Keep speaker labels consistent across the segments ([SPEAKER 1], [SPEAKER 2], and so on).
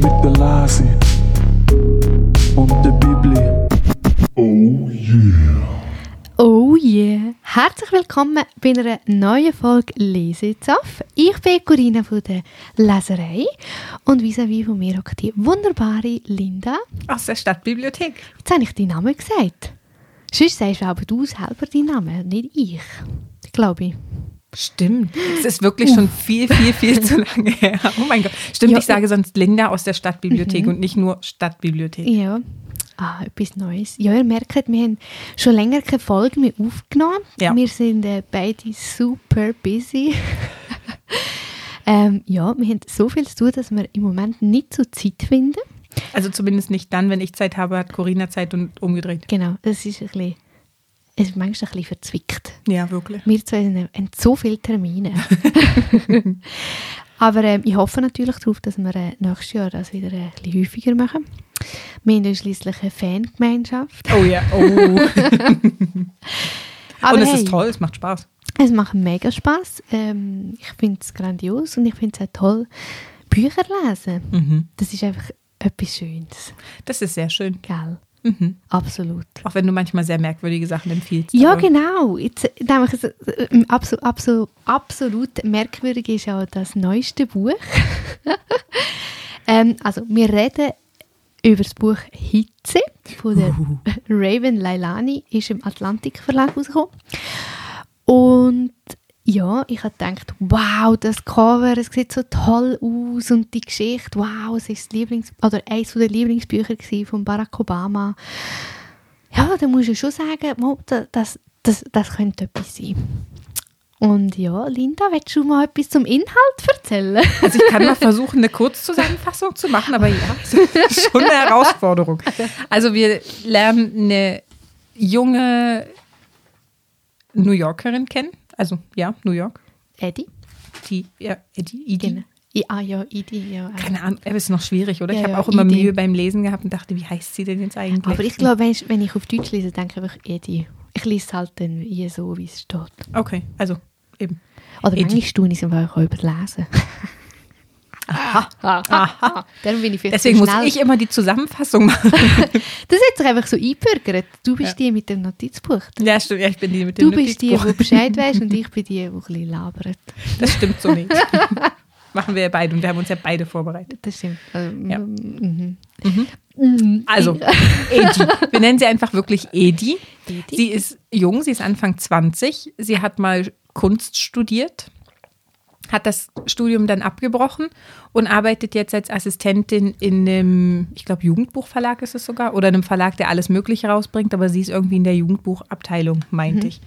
[SPEAKER 1] Mit der Lasi und der Bibli.
[SPEAKER 2] Oh yeah! Herzlich willkommen bei einer neuen Folge Lesezaff. Ich bin Corinna von der Leserei und vis-à-vis von mir hockt die wunderbare Linda.
[SPEAKER 3] Aus der Stadtbibliothek.
[SPEAKER 2] Jetzt habe ich deinen Namen gesagt. Sonst sagst du aber du selber deinen Namen, nicht ich. Glaube ich.
[SPEAKER 3] Stimmt. Es ist wirklich schon viel, viel, viel zu lange her. Oh mein Gott. Stimmt,
[SPEAKER 2] Ja.
[SPEAKER 3] ich sage sonst Linda aus der Stadtbibliothek und nicht nur Stadtbibliothek.
[SPEAKER 2] Ja. Ah, etwas Neues. Ja, ihr merkt, wir haben schon länger keine Folge mehr aufgenommen.
[SPEAKER 3] Ja.
[SPEAKER 2] Wir sind äh, beide super busy. ähm, ja, wir haben so viel zu tun, dass wir im Moment nicht so Zeit finden.
[SPEAKER 3] Also zumindest nicht dann, wenn ich Zeit habe, hat Corinna Zeit und umgedreht.
[SPEAKER 2] Genau, es ist ein bisschen, es ist manchmal ein bisschen verzwickt.
[SPEAKER 3] Ja, wirklich.
[SPEAKER 2] Wir zwei haben, haben so viele Termine. Aber ähm, ich hoffe natürlich darauf, dass wir äh, nächstes Jahr das wieder ein bisschen häufiger machen. Wir haben ja schliesslich eine Fangemeinschaft.
[SPEAKER 3] Oh ja. Oh. und
[SPEAKER 2] Aber
[SPEAKER 3] es
[SPEAKER 2] hey,
[SPEAKER 3] ist toll, es macht Spaß.
[SPEAKER 2] Es macht mega Spaß. Ähm, ich finde es grandios und ich finde es auch toll, Bücher lesen.
[SPEAKER 3] Mhm.
[SPEAKER 2] Das ist einfach etwas Schönes.
[SPEAKER 3] Das ist sehr schön.
[SPEAKER 2] Gell?
[SPEAKER 3] Mhm.
[SPEAKER 2] Absolut.
[SPEAKER 3] Auch wenn du manchmal sehr merkwürdige Sachen empfiehlst.
[SPEAKER 2] Ja,
[SPEAKER 3] aber-
[SPEAKER 2] genau. Jetzt, nämlich, es- ähm, abso, abso, absolut merkwürdig ist auch das neueste Buch. ähm, also, wir reden über das Buch Hitze von der Raven Lailani, ist im Atlantik Verlag rausgekommen. Und ja, ich habe gedacht, wow, das Cover, es sieht so toll aus und die Geschichte, wow, es ist das Lieblings oder eines der Lieblingsbücher gewesen von Barack Obama. Ja, da muss ich schon sagen, mo, da- das, das, das könnte etwas sein. Und ja, Linda, willst du mal etwas zum Inhalt erzählen?
[SPEAKER 3] Also ich kann mal versuchen, eine Kurzzusammenfassung zu machen, aber ja, es ist schon eine Herausforderung. Also wir lernen eine junge New Yorkerin kennen. Also ja, New York.
[SPEAKER 2] Eddie?
[SPEAKER 3] Die, ja, die, die,
[SPEAKER 2] Genau. I- Ah ja, Eddie, ja.
[SPEAKER 3] Keine Ahnung, aber ist noch schwierig, oder?
[SPEAKER 2] Ja,
[SPEAKER 3] ich habe
[SPEAKER 2] ja,
[SPEAKER 3] auch immer
[SPEAKER 2] Idee.
[SPEAKER 3] Mühe beim Lesen gehabt und dachte, wie heißt sie denn jetzt eigentlich?
[SPEAKER 2] Aber ich glaube, weisst, wenn ich auf Deutsch lese, denke ich einfach Eddie. Ich lese es halt dann wie so, wie es steht.
[SPEAKER 3] Okay, also eben.
[SPEAKER 2] Oder
[SPEAKER 3] Eddie.
[SPEAKER 2] manchmal tue ich es einfach auch überlesen. Aha. Aha. Darum bin ich vielleicht
[SPEAKER 3] Deswegen
[SPEAKER 2] so
[SPEAKER 3] muss
[SPEAKER 2] schnell.
[SPEAKER 3] ich immer die Zusammenfassung machen.
[SPEAKER 2] das hat sich einfach so einbürgert. Du bist die mit dem Notizbuch.
[SPEAKER 3] Ja, stimmt, ja, ich bin die mit dem
[SPEAKER 2] Du bist die,
[SPEAKER 3] Notizbuch.
[SPEAKER 2] die Bescheid weißt und ich bin die, die ein bisschen labert.
[SPEAKER 3] Das stimmt so nicht. machen wir ja beide und wir haben uns ja beide vorbereitet.
[SPEAKER 2] Das stimmt. Ähm,
[SPEAKER 3] Ja.
[SPEAKER 2] mhm.
[SPEAKER 3] Also, Edi. Wir nennen sie einfach wirklich Edi.
[SPEAKER 2] Edi?
[SPEAKER 3] Sie ist jung, sie ist Anfang 20. Sie hat mal Kunst studiert, hat das Studium dann abgebrochen und arbeitet jetzt als Assistentin in einem, ich glaube, Jugendbuchverlag ist es sogar, oder einem Verlag, der alles Mögliche rausbringt, aber sie ist irgendwie in der Jugendbuchabteilung,
[SPEAKER 2] Mhm.
[SPEAKER 3] meinte ich.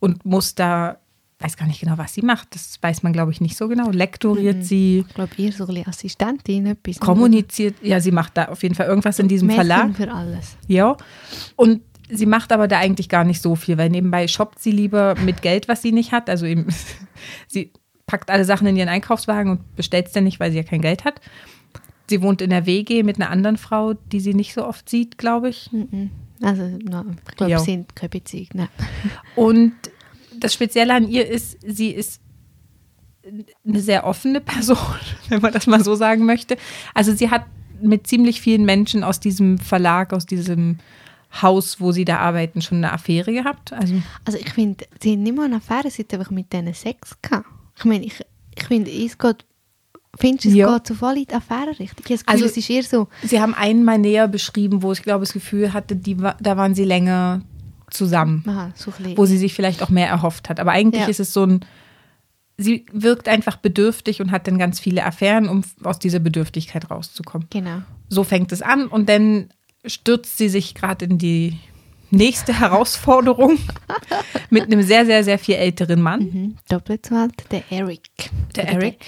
[SPEAKER 3] Und muss da, weiß gar nicht genau, was sie macht. Das weiß man, glaube ich, nicht so genau. Lektoriert
[SPEAKER 2] Mhm.
[SPEAKER 3] sie.
[SPEAKER 2] Ich glaube, ihr so ein bisschen Assistentin, etwas. ne?
[SPEAKER 3] Kommuniziert, ja, sie macht da auf jeden Fall irgendwas in diesem
[SPEAKER 2] Mädchen
[SPEAKER 3] Verlag.
[SPEAKER 2] für alles.
[SPEAKER 3] Ja. Und sie macht aber da eigentlich gar nicht so viel, weil nebenbei shoppt sie lieber mit Geld, was sie nicht hat. Also eben, sie packt alle Sachen in ihren Einkaufswagen und bestellt es dann nicht, weil sie ja kein Geld hat. Sie wohnt in der WG mit einer anderen Frau, die sie nicht so oft sieht, glaube ich.
[SPEAKER 2] Mhm. Also, na, ich glaube,
[SPEAKER 3] Ja.
[SPEAKER 2] sie sind keine Beziehung. Nein.
[SPEAKER 3] Und das Spezielle an ihr ist, sie ist eine sehr offene Person, wenn man das mal so sagen möchte. Also sie hat mit ziemlich vielen Menschen aus diesem Verlag, aus diesem Haus, wo sie da arbeiten, schon eine Affäre gehabt. Also
[SPEAKER 2] Also ich finde, sie haben nicht mal eine Affäre, sie hat einfach mit denen Sex gehabt. Ich meine, ich, ich finde, es geht, findest du, es
[SPEAKER 3] Ja.
[SPEAKER 2] geht so voll in die Affäre richtig. Ich habe das Gefühl,
[SPEAKER 3] Also-
[SPEAKER 2] es ist eher so,
[SPEAKER 3] Sie haben einen mal näher beschrieben, wo ich glaube, das Gefühl hatte, die, wa- da waren sie länger zusammen,
[SPEAKER 2] aha, so ein bisschen.
[SPEAKER 3] wo sie sich vielleicht auch mehr erhofft hat. Aber eigentlich
[SPEAKER 2] Ja.
[SPEAKER 3] ist es so ein, sie wirkt einfach bedürftig und hat dann ganz viele Affären, um f- aus dieser Bedürftigkeit rauszukommen.
[SPEAKER 2] genau.
[SPEAKER 3] So fängt es an und dann stürzt sie sich gerade in die nächste Herausforderung mit einem sehr, sehr, sehr viel älteren Mann,
[SPEAKER 2] Mhm. Doppelt so alt, der Eric.
[SPEAKER 3] Der
[SPEAKER 2] Oder
[SPEAKER 3] Eric?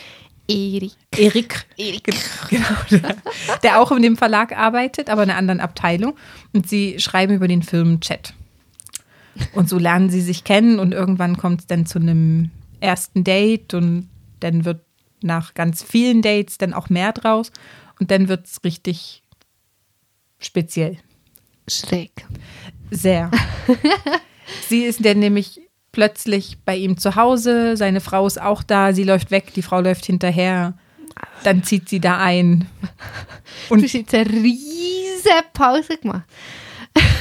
[SPEAKER 2] Der Erik.
[SPEAKER 3] Erik,
[SPEAKER 2] Erik.
[SPEAKER 3] genau, der, der auch in dem Verlag arbeitet, aber in einer anderen Abteilung. Und sie schreiben über den Film Chat. Und so lernen sie sich kennen und irgendwann kommt es dann zu einem ersten Date und dann wird nach ganz vielen Dates dann auch mehr draus und dann wird es richtig speziell.
[SPEAKER 2] Schräg.
[SPEAKER 3] Sehr. sie ist denn nämlich plötzlich bei ihm zu Hause, seine Frau ist auch da, sie läuft weg, die Frau läuft hinterher. Dann zieht sie da ein.
[SPEAKER 2] du hast jetzt eine riesige Pause gemacht.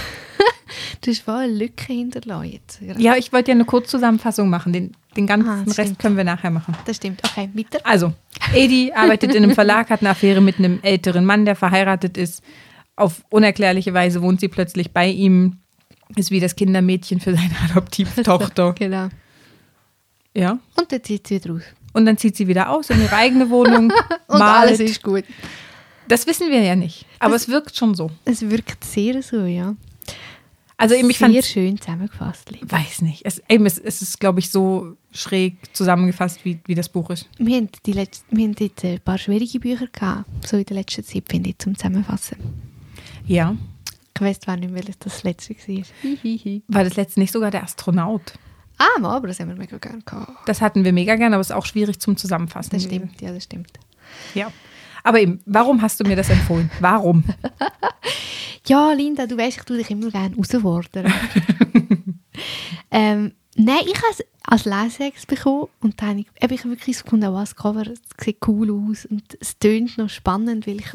[SPEAKER 2] du hast voll eine Lücke hinterlassen jetzt.
[SPEAKER 3] Ja, ich wollte ja eine Kurzzusammenfassung machen. Den, den ganzen
[SPEAKER 2] Ah, das
[SPEAKER 3] Rest
[SPEAKER 2] stimmt.
[SPEAKER 3] können wir nachher machen.
[SPEAKER 2] Das stimmt. Okay, weiter.
[SPEAKER 3] Also, Edi arbeitet in einem Verlag, hat eine Affäre mit einem älteren Mann, der verheiratet ist. Auf unerklärliche Weise wohnt sie plötzlich bei ihm, ist wie das Kindermädchen für seine Adoptivtochter.
[SPEAKER 2] Genau.
[SPEAKER 3] Ja.
[SPEAKER 2] Und dann zieht sie wieder raus.
[SPEAKER 3] Und dann zieht sie wieder aus in ihre eigene Wohnung.
[SPEAKER 2] Und
[SPEAKER 3] malt.
[SPEAKER 2] alles ist gut.
[SPEAKER 3] Das wissen wir ja nicht. Aber es wirkt schon so.
[SPEAKER 2] Es wirkt sehr so, ja.
[SPEAKER 3] Also eben, ich fand
[SPEAKER 2] sehr schön zusammengefasst.
[SPEAKER 3] weiß nicht. Es, eben, es, es ist, glaube ich, so schräg zusammengefasst, wie, wie das Buch ist.
[SPEAKER 2] Wir haben, die letzte, wir haben jetzt ein paar schwierige Bücher gehabt, so in der letzten Zeit, finde ich, zum Zusammenfassen.
[SPEAKER 3] Ja.
[SPEAKER 2] Ich weiss zwar nicht, welches das letzte war. Hihihi.
[SPEAKER 3] War das letzte nicht sogar der Astronaut?
[SPEAKER 2] ah, mal, aber das haben wir mega gerne gehabt.
[SPEAKER 3] Das hatten wir mega gern, aber es ist auch schwierig zum Zusammenfassen.
[SPEAKER 2] Das stimmt, ja, das stimmt.
[SPEAKER 3] Ja. Aber eben, warum hast du mir das empfohlen? Warum?
[SPEAKER 2] Ja, Linda, du weißt, ich tue dich immer gerne herausfordern. ähm, nein, ich habe es als Lesex bekommen und dann habe ich, eben, ich habe wirklich so gefunden, was Cover es sieht cool aus und es tönt noch spannend, weil ich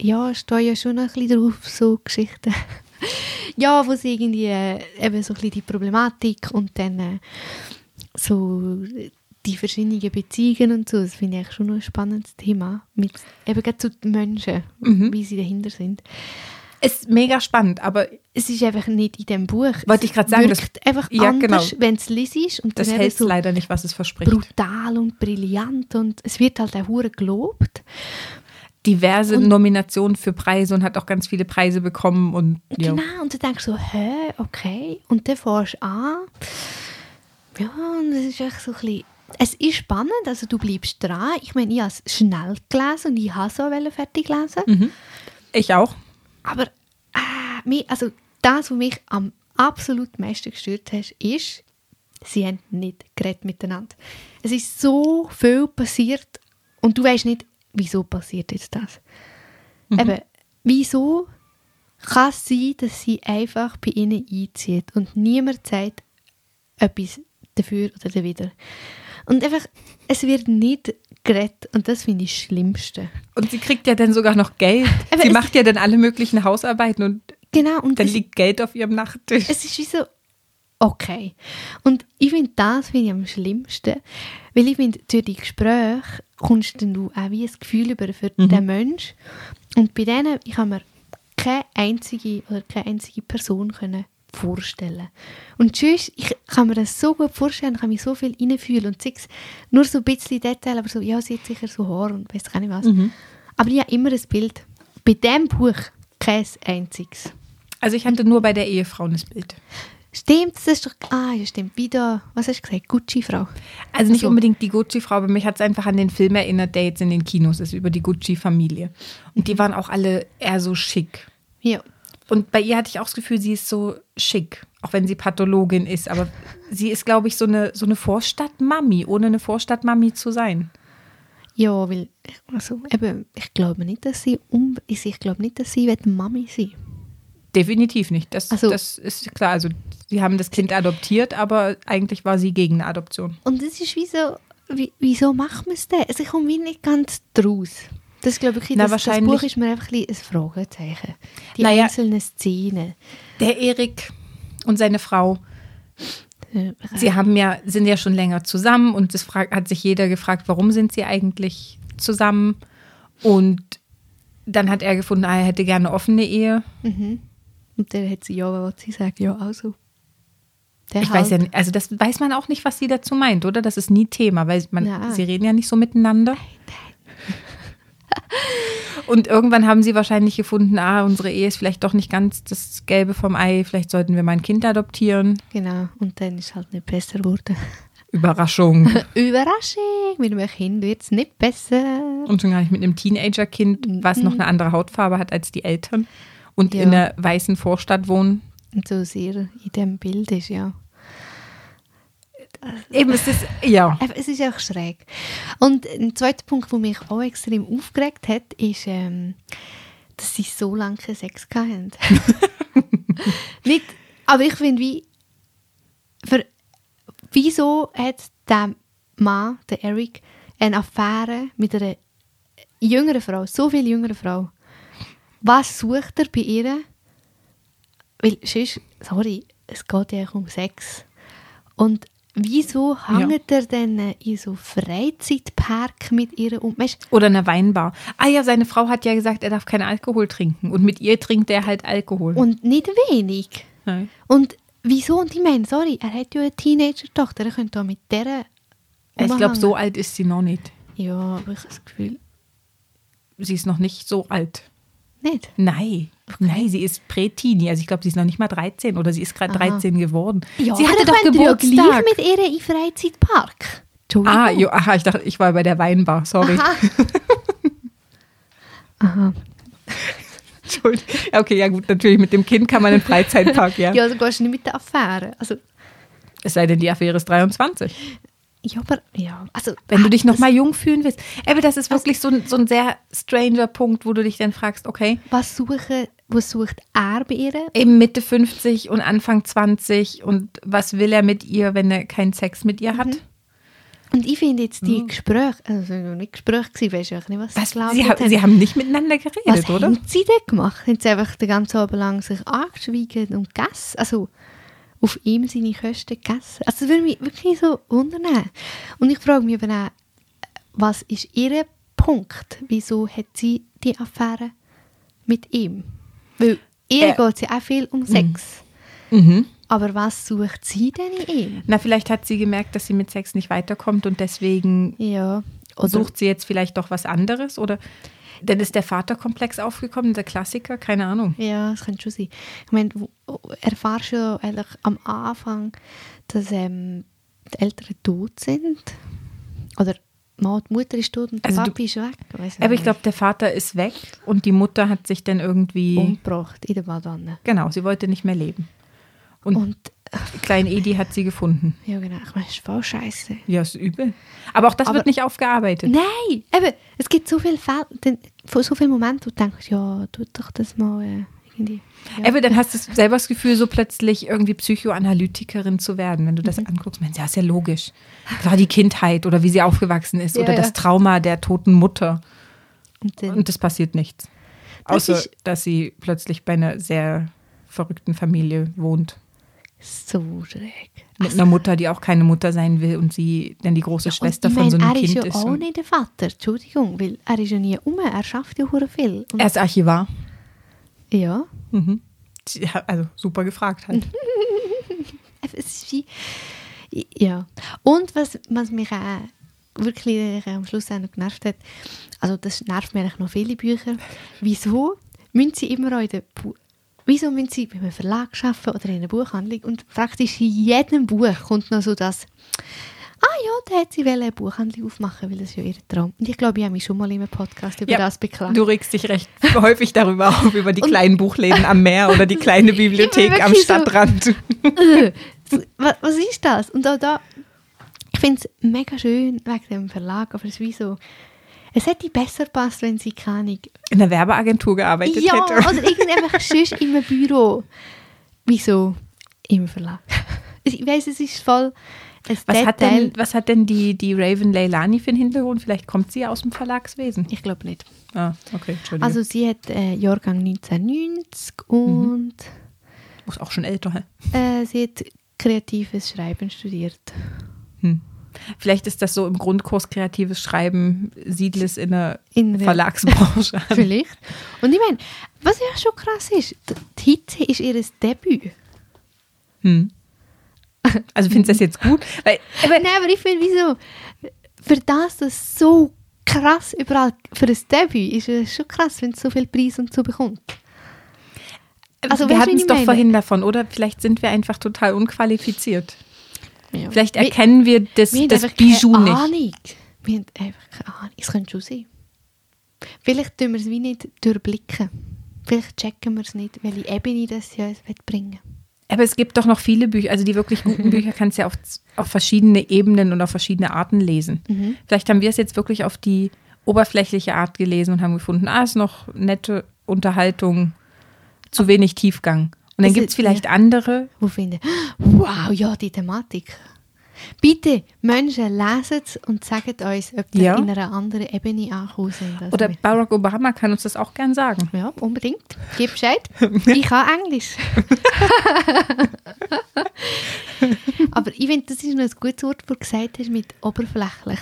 [SPEAKER 2] ja, ich stehe ja schon ein bisschen drauf, so Geschichten. ja, wo sie irgendwie äh, eben so ein bisschen die Problematik und dann äh, so die verschiedenen Beziehungen und so, das finde ich eigentlich schon noch ein spannendes Thema, mit, eben gerade zu den Menschen, wie sie dahinter sind.
[SPEAKER 3] ist mega spannend, aber
[SPEAKER 2] Es ist einfach nicht in dem Buch.
[SPEAKER 3] Wollte ich
[SPEAKER 2] Es
[SPEAKER 3] gerade sagen, das-
[SPEAKER 2] wirkt einfach
[SPEAKER 3] ja,
[SPEAKER 2] anders,
[SPEAKER 3] genau.
[SPEAKER 2] wenn es liest und
[SPEAKER 3] das
[SPEAKER 2] dann eben
[SPEAKER 3] hält
[SPEAKER 2] so
[SPEAKER 3] leider nicht, was es verspricht.
[SPEAKER 2] brutal und brillant und es wird halt auch hure gelobt.
[SPEAKER 3] Diverse Nominationen für Preise und hat auch ganz viele Preise bekommen und ja.
[SPEAKER 2] Genau, und du denkst so, hä, okay. Und dann fährst du an. Ja, und es ist echt so ein bisschen... Es ist spannend, also du bleibst dran. Ich meine, ich habe es schnell gelesen und ich habe es auch fertig gelesen.
[SPEAKER 3] Ich auch.
[SPEAKER 2] Aber äh, mi- also das, was mich am absolut meisten gestört hat, ist, sie haben nicht geredet miteinander. Es ist so viel passiert und du weißt nicht, wieso passiert jetzt das. Eben, wieso kann es sein, dass sie einfach bei ihnen einzieht und niemand sagt etwas dafür oder dawider. Und einfach, es wird nicht geredet und das finde ich das Schlimmste.
[SPEAKER 3] Und sie kriegt ja dann sogar noch Geld.
[SPEAKER 2] Aber
[SPEAKER 3] sie
[SPEAKER 2] es-
[SPEAKER 3] macht ja dann alle möglichen Hausarbeiten und
[SPEAKER 2] Genau, und
[SPEAKER 3] dann
[SPEAKER 2] es-
[SPEAKER 3] liegt Geld auf ihrem Nachttisch.
[SPEAKER 2] es ist wie so, okay. Und ich finde, das finde ich am schlimmsten, weil ich finde, durch die Gespräche kommst dann du auch wie ein Gefühl über für den Menschen. Und bei denen, ich habe mir keine einzige oder keine einzige Person können vorstellen. Und tschüss, ich kann mir das so gut vorstellen, kann mich so viel reinfühlen und sechs nur so ein bisschen Detail, aber so, ja, sie hat sicher so Haar und weiß gar nicht was. Aber ich habe immer ein Bild. Bei diesem Buch kein einziges.
[SPEAKER 3] Also ich hatte nur bei der Ehefrau das Bild.
[SPEAKER 2] Stimmt, das ist doch. Ah, ja, stimmt. Wieder. Was hast du gesagt? Gucci-Frau.
[SPEAKER 3] Also nicht
[SPEAKER 2] So.
[SPEAKER 3] unbedingt die Gucci-Frau, aber mich hat es einfach an den Film erinnert, der jetzt in den Kinos ist, über die Gucci-Familie. Und die waren auch alle eher so schick.
[SPEAKER 2] Ja.
[SPEAKER 3] Und bei ihr hatte ich auch das Gefühl, sie ist so schick, auch wenn sie Pathologin ist. Aber sie ist, glaube ich, so eine, so eine Vorstadtmami, ohne eine Vorstadtmami zu sein.
[SPEAKER 2] Ja, weil. Also, eben, ich glaube nicht, dass sie. Um, ich glaube nicht, dass sie wird Mami sein will.
[SPEAKER 3] Definitiv nicht. Das,
[SPEAKER 2] Also-
[SPEAKER 3] das ist klar. Also sie haben das Kind adoptiert, aber eigentlich war sie gegen eine Adoption.
[SPEAKER 2] Und das ist wie so. Wie, wieso macht man es denn? Also, ich komme wie nicht ganz draus. Das glaube ich, das,
[SPEAKER 3] Na,
[SPEAKER 2] das
[SPEAKER 3] wahrscheinlich-
[SPEAKER 2] Buch ist mir einfach ein, bisschen ein Fragezeichen. Die
[SPEAKER 3] Naja.
[SPEAKER 2] einzelnen Szenen.
[SPEAKER 3] Der Erik und seine Frau,
[SPEAKER 2] Äh,
[SPEAKER 3] sie haben ja, sind ja schon länger zusammen und es frag, hat sich jeder gefragt, warum sind sie eigentlich zusammen? Und dann hat er gefunden, ah, er hätte gerne eine offene Ehe.
[SPEAKER 2] Und dann hat sie ja, was sie sagt, ja, also. Der Halt.
[SPEAKER 3] Ich weiß ja nicht, also das weiß man auch nicht, was sie dazu meint, oder? Das ist nie Thema, weil man,
[SPEAKER 2] Ja.
[SPEAKER 3] sie reden ja nicht so miteinander. Und irgendwann haben sie wahrscheinlich gefunden, ah, unsere Ehe ist vielleicht doch nicht ganz das Gelbe vom Ei, vielleicht sollten wir mal ein Kind adoptieren.
[SPEAKER 2] Genau. Und dann ist halt nicht besser geworden.
[SPEAKER 3] Überraschung.
[SPEAKER 2] Überraschung, mit einem Kind wird es nicht besser.
[SPEAKER 3] Und schon gar nicht mit einem Teenager-Kind, was noch eine andere Hautfarbe hat als die Eltern und
[SPEAKER 2] Mhm. Ja.
[SPEAKER 3] in einer weißen Vorstadt wohnen.
[SPEAKER 2] Und so sehr in dem Bild ist, ja.
[SPEAKER 3] Eben, es ist, ja.
[SPEAKER 2] Eben, Äh, Es ist auch schräg. Und ein zweiter Punkt, der mich auch extrem aufgeregt hat, ist, ähm, dass sie so lange keinen Sex hatten. nicht, Aber ich finde, wie, für, wieso hat der Mann, der Eric, eine Affäre mit einer jüngeren Frau, so viel jüngeren Frau? Was sucht er bei ihr? Weil sonst, sorry, es geht ja auch um Sex. Und wieso hängt er denn in so Freizeitpark mit ihr um? Weißt,
[SPEAKER 3] Oder eine Weinbar. Ah ja, seine Frau hat ja gesagt, er darf keinen Alkohol trinken. Und mit ihr trinkt er halt Alkohol.
[SPEAKER 2] und nicht wenig.
[SPEAKER 3] Nein.
[SPEAKER 2] Und wieso? Und ich meine, sorry, er hat ja eine Teenager-Tochter, er könnte da mit der.
[SPEAKER 3] ich glaube, so alt ist sie noch nicht.
[SPEAKER 2] Ja, aber ich habe das Gefühl,
[SPEAKER 3] Sie ist noch nicht so alt.
[SPEAKER 2] nicht.
[SPEAKER 3] Nein. Nein, sie ist Prätini. Also ich glaube, sie ist noch nicht mal 13 oder sie ist gerade
[SPEAKER 2] Aha.
[SPEAKER 3] 13 geworden.
[SPEAKER 2] Ja,
[SPEAKER 3] sie
[SPEAKER 2] aber
[SPEAKER 3] hatte
[SPEAKER 2] dann
[SPEAKER 3] doch
[SPEAKER 2] könnt ihr Ja
[SPEAKER 3] Geburtstag.
[SPEAKER 2] gleich mit ihr in den Freizeitpark. Entschuldigung.
[SPEAKER 3] ah, jo, aha, ich dachte, ich war bei der Weinbar. Sorry.
[SPEAKER 2] Aha. Aha.
[SPEAKER 3] Entschuldigung. Ja, Okay, ja gut, natürlich mit dem Kind kann man in den Freizeitpark, ja.
[SPEAKER 2] Ja, also gehst du nicht mit der Affäre. Also,
[SPEAKER 3] Es sei denn, die Affäre ist 23.
[SPEAKER 2] ja, aber, ja. Also,
[SPEAKER 3] Wenn du dich
[SPEAKER 2] ah, das-
[SPEAKER 3] nochmal jung fühlen willst. Aber das ist wirklich so ein, so ein sehr stranger Punkt, wo du dich dann fragst, okay,
[SPEAKER 2] Was, suche, was sucht er bei ihr?
[SPEAKER 3] eben Mitte 50 und Anfang 20 und was will er mit ihr, wenn er keinen Sex mit ihr hat?
[SPEAKER 2] Mhm. Und ich finde jetzt die Gespräche, also es waren noch nicht Gespräche, gewesen, weißt du auch nicht, was,
[SPEAKER 3] Hm. Was, sie,
[SPEAKER 2] gelabert
[SPEAKER 3] ha-
[SPEAKER 2] haben.
[SPEAKER 3] sie haben nicht miteinander geredet,
[SPEAKER 2] Was
[SPEAKER 3] oder?
[SPEAKER 2] haben sie denn gemacht? Haben sie einfach den ganzen Abend lang sich angeschwiegen und gegessen? Also auf ihm seine Kosten gegessen? Also das würde mich wirklich so wundern. Und ich frage mich eben auch, was ist ihr Punkt? Wieso hat sie die Affäre mit ihm? Weil ihr
[SPEAKER 3] Äh.
[SPEAKER 2] geht es ja auch viel um Sex.
[SPEAKER 3] Mhm.
[SPEAKER 2] Aber was sucht sie denn in ihm?
[SPEAKER 3] Na, vielleicht hat sie gemerkt, dass sie mit Sex nicht weiterkommt und deswegen
[SPEAKER 2] Ja. Oder,
[SPEAKER 3] sucht sie jetzt vielleicht doch was anderes oder dann ist der Vaterkomplex aufgekommen, der Klassiker, keine Ahnung.
[SPEAKER 2] Ja, das könnte schon sein. Ich meine, du erfährst ja eigentlich am Anfang, dass ähm, die Eltern tot sind. Oder mal die Mutter ist tot und der
[SPEAKER 3] Also du-
[SPEAKER 2] Papi ist weg. Weiss
[SPEAKER 3] Aber ich
[SPEAKER 2] nicht.
[SPEAKER 3] glaube, der Vater ist weg und die Mutter hat sich dann irgendwie
[SPEAKER 2] Oh. umgebracht in der Badewanne.
[SPEAKER 3] Genau, sie wollte nicht mehr leben. Und,
[SPEAKER 2] Und
[SPEAKER 3] Klein Edi hat sie gefunden.
[SPEAKER 2] ja, genau. Ich meine, das ist voll scheiße.
[SPEAKER 3] Ja, ist übel. Aber auch das
[SPEAKER 2] Aber-
[SPEAKER 3] wird nicht aufgearbeitet.
[SPEAKER 2] Nein! Eben, es gibt so viele Fälle, den- von so vielen Momente, wo du denkst, ja, tu doch das mal äh, irgendwie. Ja.
[SPEAKER 3] Aber dann hast du selber das Gefühl, so plötzlich irgendwie Psychoanalytikerin zu werden, wenn du
[SPEAKER 2] Mhm.
[SPEAKER 3] das anguckst. Mensch, ja, ist ja logisch. Klar, die Kindheit oder wie sie aufgewachsen ist
[SPEAKER 2] Ja,
[SPEAKER 3] oder
[SPEAKER 2] ja.
[SPEAKER 3] das Trauma der toten Mutter.
[SPEAKER 2] Und dann,
[SPEAKER 3] Und es passiert nichts.
[SPEAKER 2] Das
[SPEAKER 3] Außer,
[SPEAKER 2] ist-
[SPEAKER 3] dass sie plötzlich bei einer sehr verrückten Familie wohnt.
[SPEAKER 2] so schräg.
[SPEAKER 3] Mit einer Mutter, die auch keine Mutter sein will und sie dann die große Schwester
[SPEAKER 2] Und ich
[SPEAKER 3] von so
[SPEAKER 2] meine,
[SPEAKER 3] einem
[SPEAKER 2] er
[SPEAKER 3] Kind
[SPEAKER 2] ist ja
[SPEAKER 3] ist.
[SPEAKER 2] auch
[SPEAKER 3] und-
[SPEAKER 2] nicht der Vater, Entschuldigung, weil er ist ja nie um, er schafft ja hure viel. Und
[SPEAKER 3] Er ist Archivar.
[SPEAKER 2] Ja,
[SPEAKER 3] Mhm. Ja, also super gefragt halt.
[SPEAKER 2] es ist wie, ja. Und was, was mich auch wirklich am Schluss auch noch genervt hat, also das nervt mir eigentlich noch viele Bücher, wieso müssen sie immer auch in der Bu wieso müssen sie bei einem Verlag arbeiten oder in einer Buchhandlung und praktisch in jedem Buch kommt noch so das, ah ja, da hätte sie wollen eine Buchhandlung aufmachen, weil das ist ja ihr Traum. Und ich glaube, ich habe mich schon mal in einem Podcast über
[SPEAKER 3] Ja,
[SPEAKER 2] das beklagt.
[SPEAKER 3] Du regst dich recht häufig darüber auf, über die
[SPEAKER 2] Und-
[SPEAKER 3] kleinen Buchläden am Meer oder die kleine Bibliothek am
[SPEAKER 2] wirklich so-
[SPEAKER 3] Stadtrand.
[SPEAKER 2] Äh, was, was ist das? Und auch da, ich finde es mega schön wegen dem Verlag, aber es ist wie so, es hätte besser gepasst, wenn sie keine.
[SPEAKER 3] In der Werbeagentur gearbeitet
[SPEAKER 2] Ja,
[SPEAKER 3] hätte.
[SPEAKER 2] oder irgendwann sonst im Büro. Wieso? Im Verlag. Ich weiß, es ist voll ein
[SPEAKER 3] Was hat,
[SPEAKER 2] Detail.
[SPEAKER 3] denn, was hat denn die, die Raven Leilani für einen Hintergrund? Vielleicht kommt sie aus dem Verlagswesen.
[SPEAKER 2] Ich glaube nicht.
[SPEAKER 3] Ah, okay, Entschuldigung.
[SPEAKER 2] Also sie hat äh, Jahrgang 1990
[SPEAKER 3] Mhm.
[SPEAKER 2] und
[SPEAKER 3] Oh, ist auch schon älter. hä?
[SPEAKER 2] äh, sie hat kreatives Schreiben studiert.
[SPEAKER 3] Hm. Vielleicht ist das so im Grundkurs kreatives Schreiben, Siedles in der
[SPEAKER 2] In der-
[SPEAKER 3] Verlagsbranche. an.
[SPEAKER 2] Vielleicht. Und ich meine, was ja schon krass ist, d- die Hitze ist ihr Debüt.
[SPEAKER 3] Hm. Also findest du das jetzt gut? Weil,
[SPEAKER 2] Aber nein, aber ich finde, wieso, für das, das so krass überall, für ein Debüt ist es schon krass, wenn es so viel Preis und so bekommt. Also, weißt
[SPEAKER 3] wir
[SPEAKER 2] du,
[SPEAKER 3] hatten
[SPEAKER 2] wie
[SPEAKER 3] es
[SPEAKER 2] ich
[SPEAKER 3] doch
[SPEAKER 2] meine?
[SPEAKER 3] vorhin davon, oder? Vielleicht sind wir einfach total unqualifiziert.
[SPEAKER 2] Ja.
[SPEAKER 3] Vielleicht
[SPEAKER 2] Wir-
[SPEAKER 3] erkennen wir das,
[SPEAKER 2] wir haben
[SPEAKER 3] das
[SPEAKER 2] einfach
[SPEAKER 3] Bijou
[SPEAKER 2] keine
[SPEAKER 3] nicht.
[SPEAKER 2] Ahnung. Wir haben einfach keine Ahnung. Es könnte schon sein. Vielleicht tun wir es wie nicht durchblicken. Vielleicht checken wir es nicht, welche Ebene das sie uns bringen will.
[SPEAKER 3] Aber es gibt doch noch viele Bücher, also die wirklich
[SPEAKER 2] Mhm.
[SPEAKER 3] guten Bücher kannst du ja auf, auf verschiedene Ebenen und auf verschiedene Arten lesen.
[SPEAKER 2] Mhm.
[SPEAKER 3] Vielleicht haben wir es jetzt wirklich auf die oberflächliche Art gelesen und haben gefunden, ah, ist noch nette Unterhaltung, zu wenig Tiefgang. Und dann
[SPEAKER 2] Das
[SPEAKER 3] gibt es
[SPEAKER 2] ist-
[SPEAKER 3] vielleicht andere.
[SPEAKER 2] wo finden, wow, ja, die Thematik. Bitte, Menschen, lesen es und sagt uns, ob ihr
[SPEAKER 3] Ja.
[SPEAKER 2] in einer anderen Ebene angekommen sind. als
[SPEAKER 3] Oder
[SPEAKER 2] wir.
[SPEAKER 3] Barack Obama kann uns das auch gern sagen.
[SPEAKER 2] ja, unbedingt. Gib Bescheid. Ich kann Englisch. Aber ich finde, das ist noch ein gutes Wort, das du gesagt hast mit oberflächlich.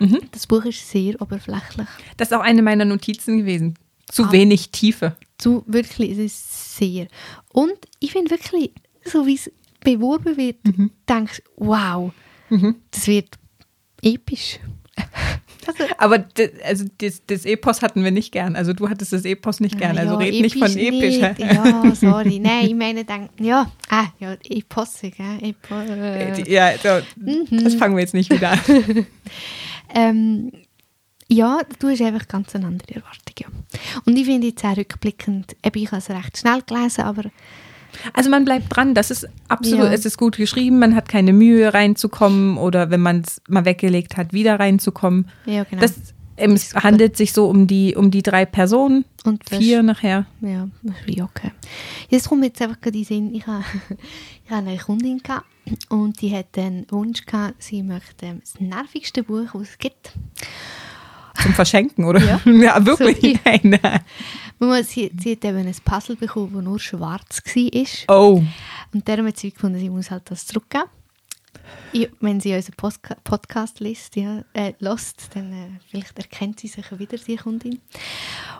[SPEAKER 3] Mhm.
[SPEAKER 2] Das Buch ist sehr oberflächlich.
[SPEAKER 3] Das ist auch eine meiner Notizen gewesen. Zu
[SPEAKER 2] Ah.
[SPEAKER 3] wenig Tiefe.
[SPEAKER 2] zu wirklich, es ist sehr. Und ich finde wirklich, so wie es beworben wird,
[SPEAKER 3] Mhm.
[SPEAKER 2] denkst du, wow, das wird episch. Also,
[SPEAKER 3] Aber d- also das, das Epos hatten wir nicht gern. Also du hattest das Epos nicht gern. Also
[SPEAKER 2] ja,
[SPEAKER 3] red nicht von episch.
[SPEAKER 2] nicht.
[SPEAKER 3] hä?
[SPEAKER 2] Ja, sorry. Nein, ich meine, denk, ja, ah, ja, Eposse, gell? Epo, äh.
[SPEAKER 3] Ja, so, das fangen wir jetzt nicht wieder an.
[SPEAKER 2] Ähm, ja, du hast einfach ganz eine andere Erwartung. Ja. Und ich finde jetzt auch rückblickend, eben, ich habe es recht schnell gelesen, aber
[SPEAKER 3] Also man bleibt dran, das ist absolut,
[SPEAKER 2] Ja.
[SPEAKER 3] es ist gut geschrieben, man hat keine Mühe reinzukommen oder wenn man es mal weggelegt hat, wieder reinzukommen.
[SPEAKER 2] ja, genau.
[SPEAKER 3] Das, ähm,
[SPEAKER 2] Ist
[SPEAKER 3] es
[SPEAKER 2] super.
[SPEAKER 3] handelt sich so um die, um die drei Personen,
[SPEAKER 2] Und das-
[SPEAKER 3] vier nachher.
[SPEAKER 2] Ja, das ist wie okay. Jetzt kommt mir jetzt einfach gerade in den Sinn, ich habe, ich habe eine Kundin gehabt und die hat den Wunsch gehabt, sie möchte ähm, das nervigste Buch, das es gibt.
[SPEAKER 3] Zum Verschenken, oder?
[SPEAKER 2] Ja.
[SPEAKER 3] wirklich.
[SPEAKER 2] So, ja.
[SPEAKER 3] Nein, nein.
[SPEAKER 2] Man muss- Sie, sie hat eben ein Puzzle bekommen, das nur schwarz war.
[SPEAKER 3] Oh,
[SPEAKER 2] Und darum hat sie gefunden, sie muss halt das zurückgeben. Ich, wenn sie unseren Postka Podcast liest, ja, äh, lost, dann äh, vielleicht erkennt sie sich wieder, die Kundin.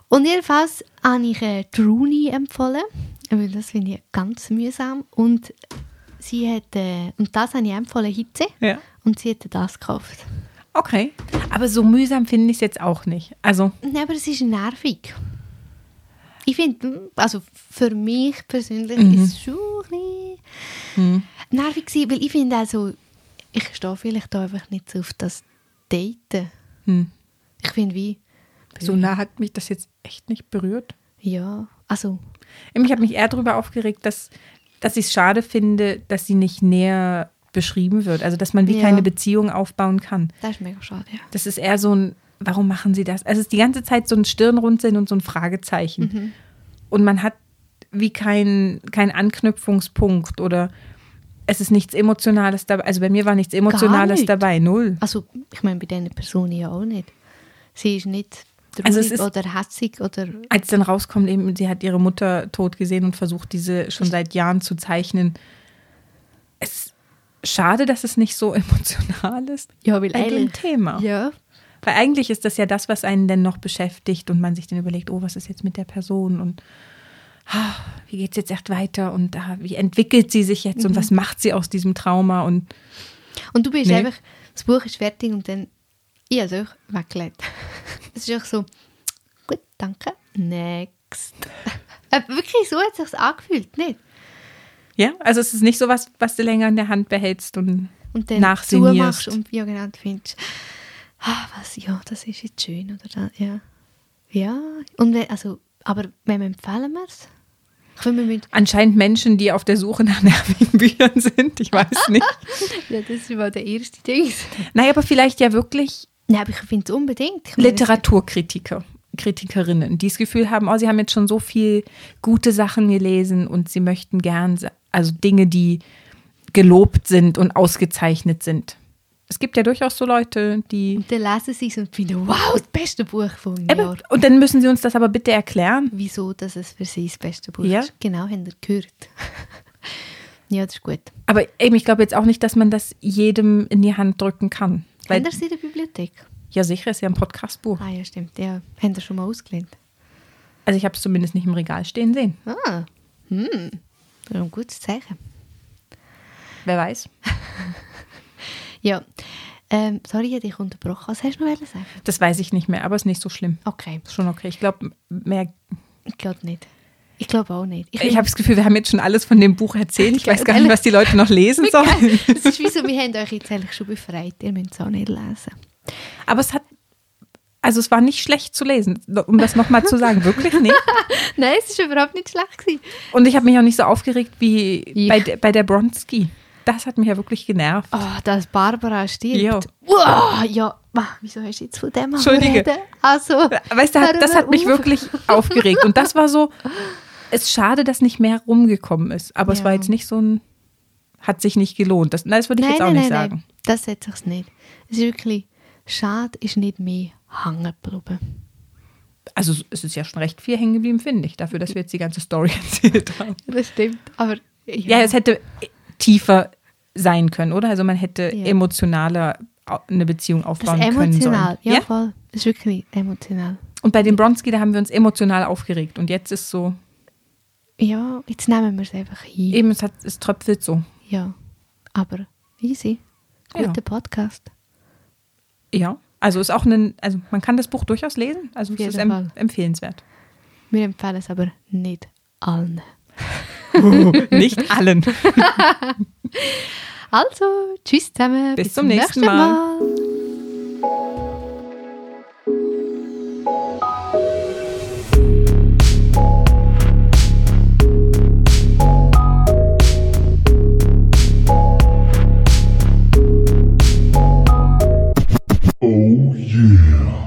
[SPEAKER 2] Und jedenfalls habe ich äh, Druni empfohlen, weil das finde ich ganz mühsam. Und, sie hat, äh, und das habe ich empfohlen, Hitze.
[SPEAKER 3] Ja.
[SPEAKER 2] Und sie hat das gekauft.
[SPEAKER 3] okay. Aber so mühsam finde ich es jetzt auch nicht. Also,
[SPEAKER 2] Nein, aber es ist nervig. Ich finde, also für mich persönlich ist es schon ein bisschen Mhm. nervig gewesen, weil ich finde also, ich stehe vielleicht da einfach nicht so auf das Daten. Mhm.
[SPEAKER 3] hm.
[SPEAKER 2] Ich finde wie,
[SPEAKER 3] so nah hat mich das jetzt echt nicht berührt.
[SPEAKER 2] ja, also,
[SPEAKER 3] Ich habe mich eher darüber aufgeregt, dass, dass ich es schade finde, dass sie nicht näher beschrieben wird. Also, dass man wie
[SPEAKER 2] Ja.
[SPEAKER 3] keine Beziehung aufbauen kann.
[SPEAKER 2] das ist mega schade, ja.
[SPEAKER 3] Das ist eher so ein, warum machen sie das? Also, es ist die ganze Zeit so ein Stirnrunzeln und so ein Fragezeichen.
[SPEAKER 2] Mhm.
[SPEAKER 3] Und man hat wie keinen kein Anknüpfungspunkt oder es ist nichts Emotionales dabei. Also, bei mir war nichts Emotionales
[SPEAKER 2] nicht.
[SPEAKER 3] dabei, null.
[SPEAKER 2] Also, ich meine, bei diesen Personen ja auch nicht. Sie ist nicht traurig
[SPEAKER 3] Also es ist-
[SPEAKER 2] oder hässig oder,
[SPEAKER 3] Als dann rauskommt, eben, sie hat ihre Mutter tot gesehen und versucht, diese schon seit Jahren zu zeichnen. Es ist schade, dass es nicht so emotional ist.
[SPEAKER 2] ja, weil
[SPEAKER 3] Bei dem
[SPEAKER 2] eigentlich-
[SPEAKER 3] Thema.
[SPEAKER 2] Ja,
[SPEAKER 3] Weil eigentlich ist das ja das, was einen denn noch beschäftigt und man sich dann überlegt, oh, was ist jetzt mit der Person und ah, wie geht es jetzt echt weiter und ah, wie entwickelt sie sich jetzt
[SPEAKER 2] Mhm.
[SPEAKER 3] und was macht sie aus diesem Trauma und
[SPEAKER 2] Und du bist
[SPEAKER 3] Nee.
[SPEAKER 2] einfach, das Buch ist fertig und dann, ich habe es euch weggelegt. es ist auch so, gut, danke, next. Äh, Wirklich so hat es sich angefühlt, nicht?
[SPEAKER 3] ja, also es ist nicht so was, was du länger in der Hand behältst und,
[SPEAKER 2] Und dann zumachst
[SPEAKER 3] nachsinnierst.
[SPEAKER 2] und ja, genau, du findest, ah, was, ja, das ist jetzt schön, oder? Das, ja. Ja, und wenn, also, aber wem empfehlen wir es? Ich finde, wir müssen,
[SPEAKER 3] Anscheinend Menschen, die auf der Suche nach nervigen Büchern sind, ich weiß nicht.
[SPEAKER 2] ja, das war der erste Ding.
[SPEAKER 3] naja, aber vielleicht ja wirklich
[SPEAKER 2] Nein, aber ich finde es unbedingt. Ich meine, es-
[SPEAKER 3] Literaturkritiker, Kritikerinnen, die das Gefühl haben, oh, sie haben jetzt schon so viel gute Sachen gelesen und sie möchten gern, sa- also Dinge, die gelobt sind und ausgezeichnet sind. Es gibt ja durchaus so Leute, die.
[SPEAKER 2] Und dann lesen sie es und finden, wow, das beste Buch vom Jahr.
[SPEAKER 3] Eben, und dann müssen sie uns das aber bitte erklären.
[SPEAKER 2] wieso dass es für sie das beste Buch
[SPEAKER 3] Ja.
[SPEAKER 2] ist. Genau, habt ihr gehört. ja, das ist gut.
[SPEAKER 3] Aber eben, ich glaube jetzt auch nicht, dass man das jedem in die Hand drücken kann. Weil,
[SPEAKER 2] Habt ihr es in der Bibliothek?
[SPEAKER 3] ja, sicher ist ja ein Podcastbuch.
[SPEAKER 2] Ah ja, stimmt. Ja. Habt ihr schon mal ausgelehnt?
[SPEAKER 3] Also ich habe es zumindest nicht im Regal stehen sehen.
[SPEAKER 2] Ah, hm. Das ist ein gutes Zeichen.
[SPEAKER 3] Wer weiß.
[SPEAKER 2] Ja. Ähm, sorry, ich habe dich unterbrochen. Was hast du noch wollen sagen?
[SPEAKER 3] Das weiß ich nicht mehr, aber ist nicht so schlimm.
[SPEAKER 2] Okay,
[SPEAKER 3] Ist schon okay. Ich glaube, mehr
[SPEAKER 2] ich glaube nicht. Ich glaube auch nicht.
[SPEAKER 3] Ich habe das Gefühl, wir haben jetzt schon alles von dem Buch erzählt. Ich weiß gar nicht, was die Leute noch lesen sollen.
[SPEAKER 2] es ist wie so, wir haben euch jetzt eigentlich schon befreit. Ihr müsst es auch nicht lesen.
[SPEAKER 3] Aber es hat, also es war nicht schlecht zu lesen, um das nochmal zu sagen, wirklich nicht.
[SPEAKER 2] Nein, es war überhaupt nicht schlecht. Gewesen.
[SPEAKER 3] Und ich habe mich auch nicht so aufgeregt wie
[SPEAKER 2] Ich.
[SPEAKER 3] bei, de- bei der Bronski. Das hat mich ja wirklich genervt.
[SPEAKER 2] Oh, dass Barbara stirbt.
[SPEAKER 3] Ja.
[SPEAKER 2] Wow, ja. Ah, Wieso hast du jetzt von dem
[SPEAKER 3] Entschuldige.
[SPEAKER 2] reden? Also,
[SPEAKER 3] Weißt du, hat,
[SPEAKER 2] hör
[SPEAKER 3] das
[SPEAKER 2] mal
[SPEAKER 3] hat mich
[SPEAKER 2] auf.
[SPEAKER 3] wirklich aufgeregt. Und das war so, Es ist schade, dass nicht mehr rumgekommen ist. Aber es
[SPEAKER 2] Ja.
[SPEAKER 3] war jetzt nicht so ein, hat sich nicht gelohnt. Das, nein, das würde ich
[SPEAKER 2] nein,
[SPEAKER 3] jetzt auch
[SPEAKER 2] nein,
[SPEAKER 3] nicht
[SPEAKER 2] nein,
[SPEAKER 3] sagen.
[SPEAKER 2] nein, das setze ich nicht. Es ist wirklich, schade ist nicht mehr hängen geblieben.
[SPEAKER 3] Also es ist ja schon recht viel hängen geblieben, finde ich, dafür, dass wir jetzt die ganze Story erzählt haben.
[SPEAKER 2] Das stimmt, aber
[SPEAKER 3] Ja, es hätte tiefer sein können, oder? Also man hätte
[SPEAKER 2] Ja.
[SPEAKER 3] emotionaler au- eine Beziehung
[SPEAKER 2] das
[SPEAKER 3] aufbauen
[SPEAKER 2] ist
[SPEAKER 3] können sollen.
[SPEAKER 2] emotional. Ja,
[SPEAKER 3] Ja?
[SPEAKER 2] voll. Das ist wirklich emotional.
[SPEAKER 3] Und bei dem Bronski, da haben wir uns emotional aufgeregt. Und jetzt ist so,
[SPEAKER 2] Ja, jetzt nehmen wir es einfach hin.
[SPEAKER 3] eben es, hat, es tröpfelt so.
[SPEAKER 2] Ja, aber easy.
[SPEAKER 3] Ja.
[SPEAKER 2] Guter Podcast.
[SPEAKER 3] Ja. Also ist auch ein, also man kann das Buch durchaus lesen. Also
[SPEAKER 2] Auf
[SPEAKER 3] es ist
[SPEAKER 2] jeden Fall.
[SPEAKER 3] em empfehlenswert.
[SPEAKER 2] Wir empfehlen es aber nicht allen.
[SPEAKER 3] Nicht allen.
[SPEAKER 2] Also, tschüss zusammen.
[SPEAKER 3] Bis zum nächsten Mal.
[SPEAKER 2] Mal.
[SPEAKER 1] Oh yeah.